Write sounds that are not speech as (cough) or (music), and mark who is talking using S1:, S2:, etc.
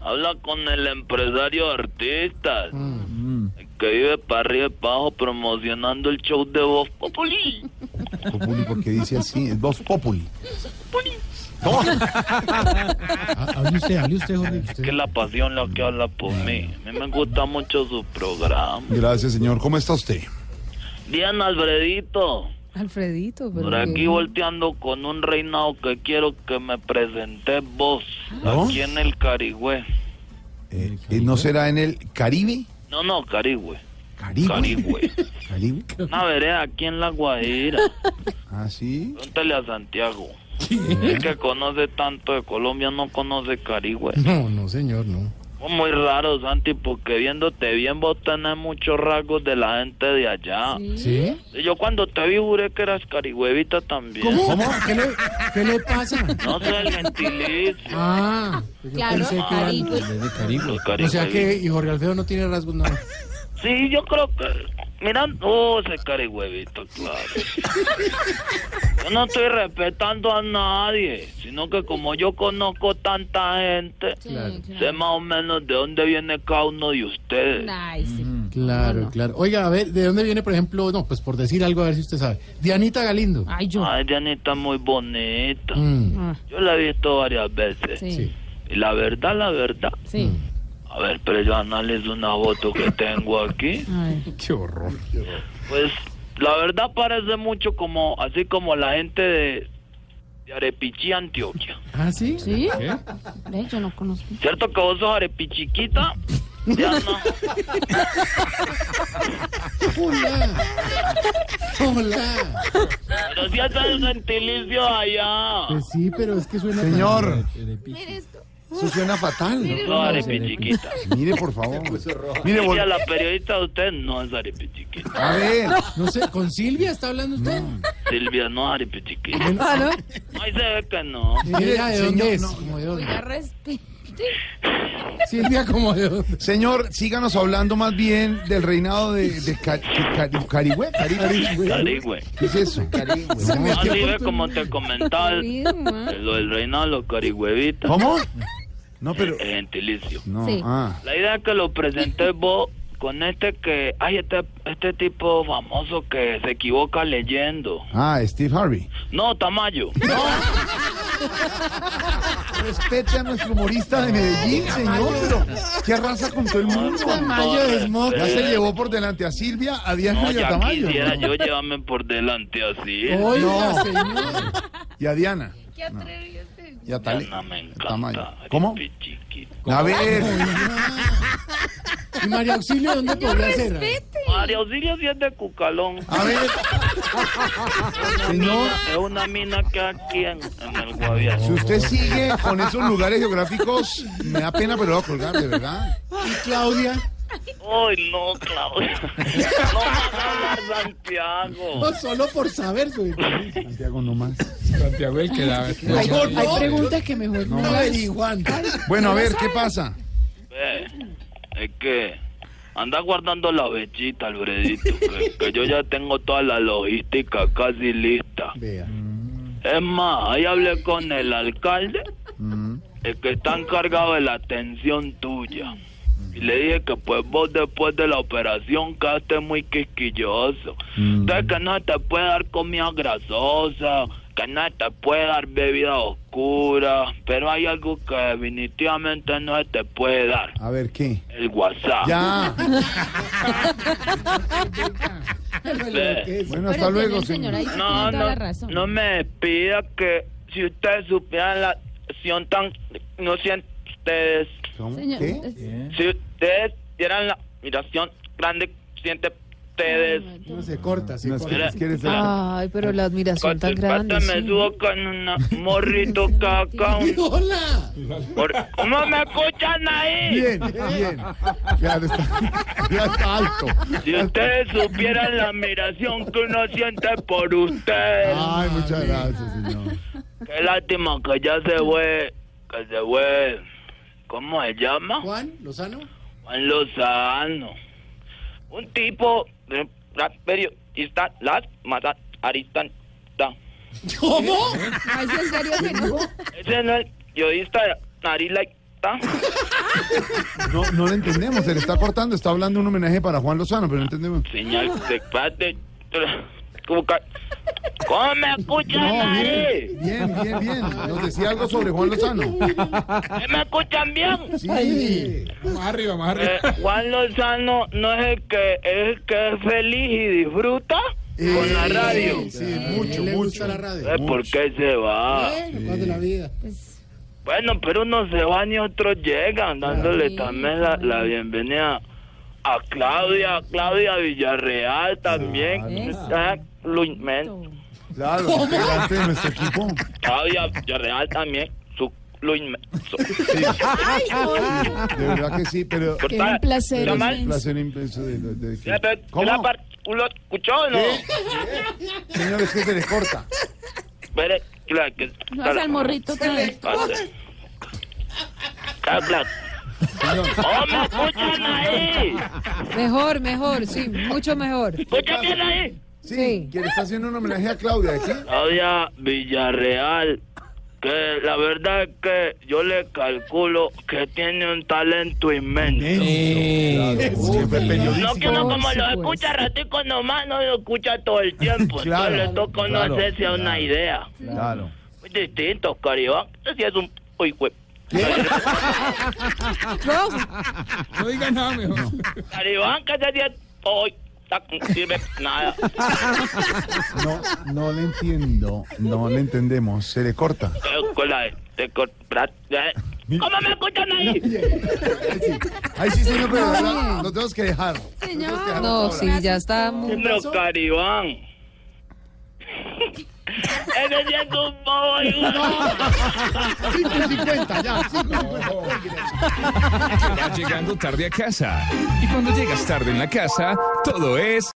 S1: habla con el empresario de artistas el que vive para arriba y para abajo promocionando el show de Voz Populi.
S2: Populi porque dice así, es voz Populi.
S3: Ha- Hable usted, hable usted, Jorge.
S1: Que es la pasión la que habla por mí. A mí me gusta mucho su programa.
S2: Gracias, señor. ¿Cómo está usted?
S1: Bien, Alfredito,
S4: Alfredito, pero
S1: por
S4: qué-
S1: aquí volteando con un reinado que quiero que me presente vos,
S2: ¿No?
S1: aquí en el Carigüe.
S2: Eh, eh, ¿No será en el Caribe?
S1: No, no, Carigüe.
S2: Caribe.
S1: Caribe.
S2: Caribe.
S1: Una vereda aquí en La Guajira.
S2: Ah, sí.
S1: Pregúntale a Santiago. El que conoce tanto de Colombia no conoce Carigüe.
S3: No, no, señor, no.
S1: Fue Muy raro, Santi, porque viéndote bien vos tenés muchos rasgos de la gente de allá.
S3: ¿Sí?
S1: Y Yo cuando te vi juré que eras carigüevita también.
S3: ¿Cómo? ¿Qué le, qué le pasa?
S1: No sé, el gentilicio.
S3: Ah, pues yo
S4: Claro, pues,
S3: pensé que era-
S4: Caribe.
S1: Los
S3: O sea que
S1: carigüevitas.
S3: y Jorge Alfredo no tiene rasgos nada.
S1: Sí, yo creo que... Mira, oh, ese carigüevita,
S4: (laughs)
S1: claro. Yo no estoy respetando a nadie, sino que como yo conozco tanta gente...
S4: Claro.
S1: Sé más o menos de dónde viene cada uno de ustedes.
S4: Nice.
S3: Mm. Claro, claro. Oiga, a ver, ¿de dónde viene, por ejemplo? No, pues por decir algo, a ver si usted sabe. Dianita Galindo.
S4: Ay, yo.
S1: Ay, Dianita es muy bonita.
S3: Mm,
S4: Ah,
S1: Yo la he visto varias veces.
S4: sí.
S3: sí. Mm.
S4: Sí.
S1: Y la verdad, la verdad. A ver, pero yo analizo una foto que tengo aquí.
S4: Ay.
S3: Qué horror.
S1: Pues la verdad parece mucho como, así como la gente de, de Arepichí, Antioquia.
S3: ¿Ah, sí?
S4: ¿Sí? Ve, yo no conozco.
S1: ¿Cierto que vos sos Arepichiquita? Ya
S3: (laughs)
S1: no.
S3: Hola. Hola.
S1: Pero si es el gentilicio allá.
S3: Pues sí, pero es que suena. tan-
S2: Señor. Eso suena fatal.
S1: Sos Arepichiquita.
S2: Mire, por favor. Mire,
S1: Y
S2: vol-
S1: a la periodista de usted no es Arepichiquita.
S2: a ver.
S3: No sé, ¿con Silvia está hablando usted?
S1: Silvia no es Arepichiquita.
S4: Ah, ¿no?
S1: Ahí se ve que no.
S3: Mira, ¿de
S2: señor,
S3: dónde es?
S2: no,
S3: Como de dónde.
S4: Oiga, respete.
S3: Silvia, como de dónde.
S2: Señor, síganos hablando más bien del reinado de, de Ca- Ca- Ca- Carigüe. Caribe.
S1: Carigüe.
S2: ¿Qué es eso?
S3: Se me
S1: Así
S3: escapó.
S1: ve como te comentaba
S4: (laughs)
S1: el-
S4: Olvido, ma.
S1: lo del reinado de los carigüevitas.
S2: ¿Cómo? No, pero.
S1: El gentilicio.
S2: No,
S4: Sí.
S2: ah.
S1: La idea es que lo
S3: (laughs)
S1: presenté vos con este que, ay, este, este tipo famoso que se equivoca leyendo.
S2: Ah, Steve Harvey.
S1: No, Tamayo.
S2: Respete a nuestro humorista de Medellín, señor, pero qué arrasa con todo el mundo.
S1: Tamayo es moco.
S2: Ya se llevó por delante a Silvia, a Diana
S1: No,
S2: y a
S1: ya
S2: Tamayo.
S1: quisiera
S2: ¿no? Oh,
S1: yo llevarme por delante así. ¿eh?
S3: Oiga,
S2: No.
S3: señor.
S2: Y a Diana.
S4: Qué atrevido este.
S2: Y a Tale.
S1: No, me encanta.
S2: Tamayo. ¿Cómo?
S1: Pichiquito.
S2: A ver.
S3: ¿Y María Auxilio dónde podría ser?
S4: Respete.
S1: María Auxilio sí es de Cucalón.
S2: A ver. Señor,
S1: Es una mina que aquí en, en el Guaviare.
S2: si usted sigue con esos lugares geográficos, me da pena, pero lo voy a colgar, de verdad.
S3: ¿Y Claudia?
S1: Ay, no,
S2: (laughs)
S1: Claudia. No vas a hablar, Santiago.
S3: No, solo por saber, güey.
S2: Santiago nomás.
S3: Hay,
S4: Hay preguntas que mejor
S3: No,
S4: no.
S3: averiguando.
S2: Bueno, a ver, ¿qué pasa?
S1: Ve, es que anda guardando la bechita, Alfredito, que, que yo ya tengo toda la logística casi lista.
S3: Vea.
S1: Es más, ahí hablé con el alcalde, el que está encargado de la atención tuya. Y le dije que pues vos después de la operación quedaste muy quisquilloso. Entonces que no te puede dar comida grasosa, que no te puede dar bebida oscura, pero hay algo que definitivamente no se te puede dar.
S2: A ver, ¿qué?
S1: El WhatsApp.
S2: Ya.
S1: Sí.
S2: Bueno, hasta luego, señor.
S4: señor. Ahí sí
S1: No,
S4: tiene toda
S1: no,
S4: la razón.
S1: no me despida que si ustedes supieran la acción tan... No sienten ustedes...
S2: ¿Cómo?
S4: Señor,
S2: ¿Qué?
S4: es-
S1: Si ustedes dieran la admiración grande que siente ustedes.
S3: No se corta, se
S2: No, es que-
S3: corta.
S2: es que eres-
S1: Ah.
S5: Ay, pero la admiración tan grande.
S1: Pata me
S5: sí.
S1: subo con
S5: (laughs)
S1: una morrito caca. un
S3: ¡Hola!
S1: mor- ¿Cómo me escuchan ahí?
S2: Bien, bien. Claro, está, (laughs) ya está alto.
S1: Si ustedes supieran la admiración que uno siente por ustedes.
S5: Ah.
S2: Ay, muchas gracias, señor.
S1: Qué lástima que ya se fue, que se fue, ¿cómo se llama?
S3: Juan, Lozano.
S1: Juan Lozano. Un tipo de gran periodista, las matas aristan. ta.
S3: ¿Cómo?
S4: Ay, ¿sí, en serio que
S3: (laughs)
S4: no.
S1: Ese no es el periodista de nariz like, ta.
S2: No, no lo entendemos, se le está cortando, está hablando un homenaje para Juan Lozano, pero no entendemos.
S1: Señal de parte. como ca- ¿Cómo me escuchan
S2: No,
S1: ahí?
S2: bien, bien, bien, bien. Nos decía algo sobre Juan Lozano.
S1: ¿Sí ¿Me escuchan bien?
S2: Sí.
S6: Más arriba, más
S1: Eh,
S6: arriba.
S1: Juan Lozano no es el que es el que es feliz y disfruta con la radio.
S3: Sí, sí, mucho,
S2: le
S3: mucho.
S2: gusta
S3: la
S2: la
S3: radio.
S1: Eh, ¿Por qué se va?
S3: Bueno, paz de la vida.
S4: Pues,
S1: Bueno, pero unos se van y otros llegan, dándole
S4: Sí,
S1: también la, la bienvenida a Claudia, Claudia Villarreal también. Ah, Luis Men-
S2: Claro, integrante de nuestro equipo.
S1: Claudia Villarreal también. Su, Luis Men-
S4: (laughs)
S1: su-
S2: De verdad que sí, pero.
S1: por
S5: Qué
S1: tal-
S5: un placer.
S2: pero es
S1: Llamar-
S2: un placer inmenso de, de- de-
S1: Ya, pero-
S2: ¿Cómo?
S1: la par- ¿Lo escuchó o no?
S2: Señor, es que se le corta.
S1: Espere, claro que-
S4: no hace al morrito otra vez.
S1: Claro, claro.
S2: Señor,
S1: ¡Oh, me escuchan ahí!
S5: Mejor, mejor, sí, mucho mejor.
S1: ¡Escuchan bien ahí!
S2: sí,
S5: Sí.
S2: que le está haciendo un homenaje a Claudia, ¿de ¿qué?
S1: Claudia Villarreal, que la verdad es que yo le calculo que tiene un talento inmenso.
S7: Eh,
S2: Claro, siempre periodista.
S1: No que uno
S5: Por
S1: como lo
S5: supuesto.
S1: escucha ratico nomás, no lo escucha todo el
S2: (laughs)
S1: tiempo.
S2: pues. Claro,
S1: Entonces le toca no
S2: claro,
S1: hacerse a una
S2: claro.
S1: idea.
S2: Claro.
S1: Muy distinto, Caribán. Este sí es un... Uy, güey.
S6: No digas nada mejor.
S1: Caribán, que ese sí es... Uy, ta- no sirve nada.
S2: No, no le entiendo, no le entendemos, se le corta.
S1: Eh, Con la... de- con- pra- eh. ¿Cómo me escuchan ahí?
S2: Ay, sí, señor, pero de verdad, lo tenemos que dejar.
S4: Señor.
S5: No, sí, ya está. mu-
S1: Hombre, Caribán. (laughs) Ese sí es un bobo y un-
S3: 550, ya, 550.
S6: Será llegando tarde a casa. Y cuando llegas tarde en la casa, todo es...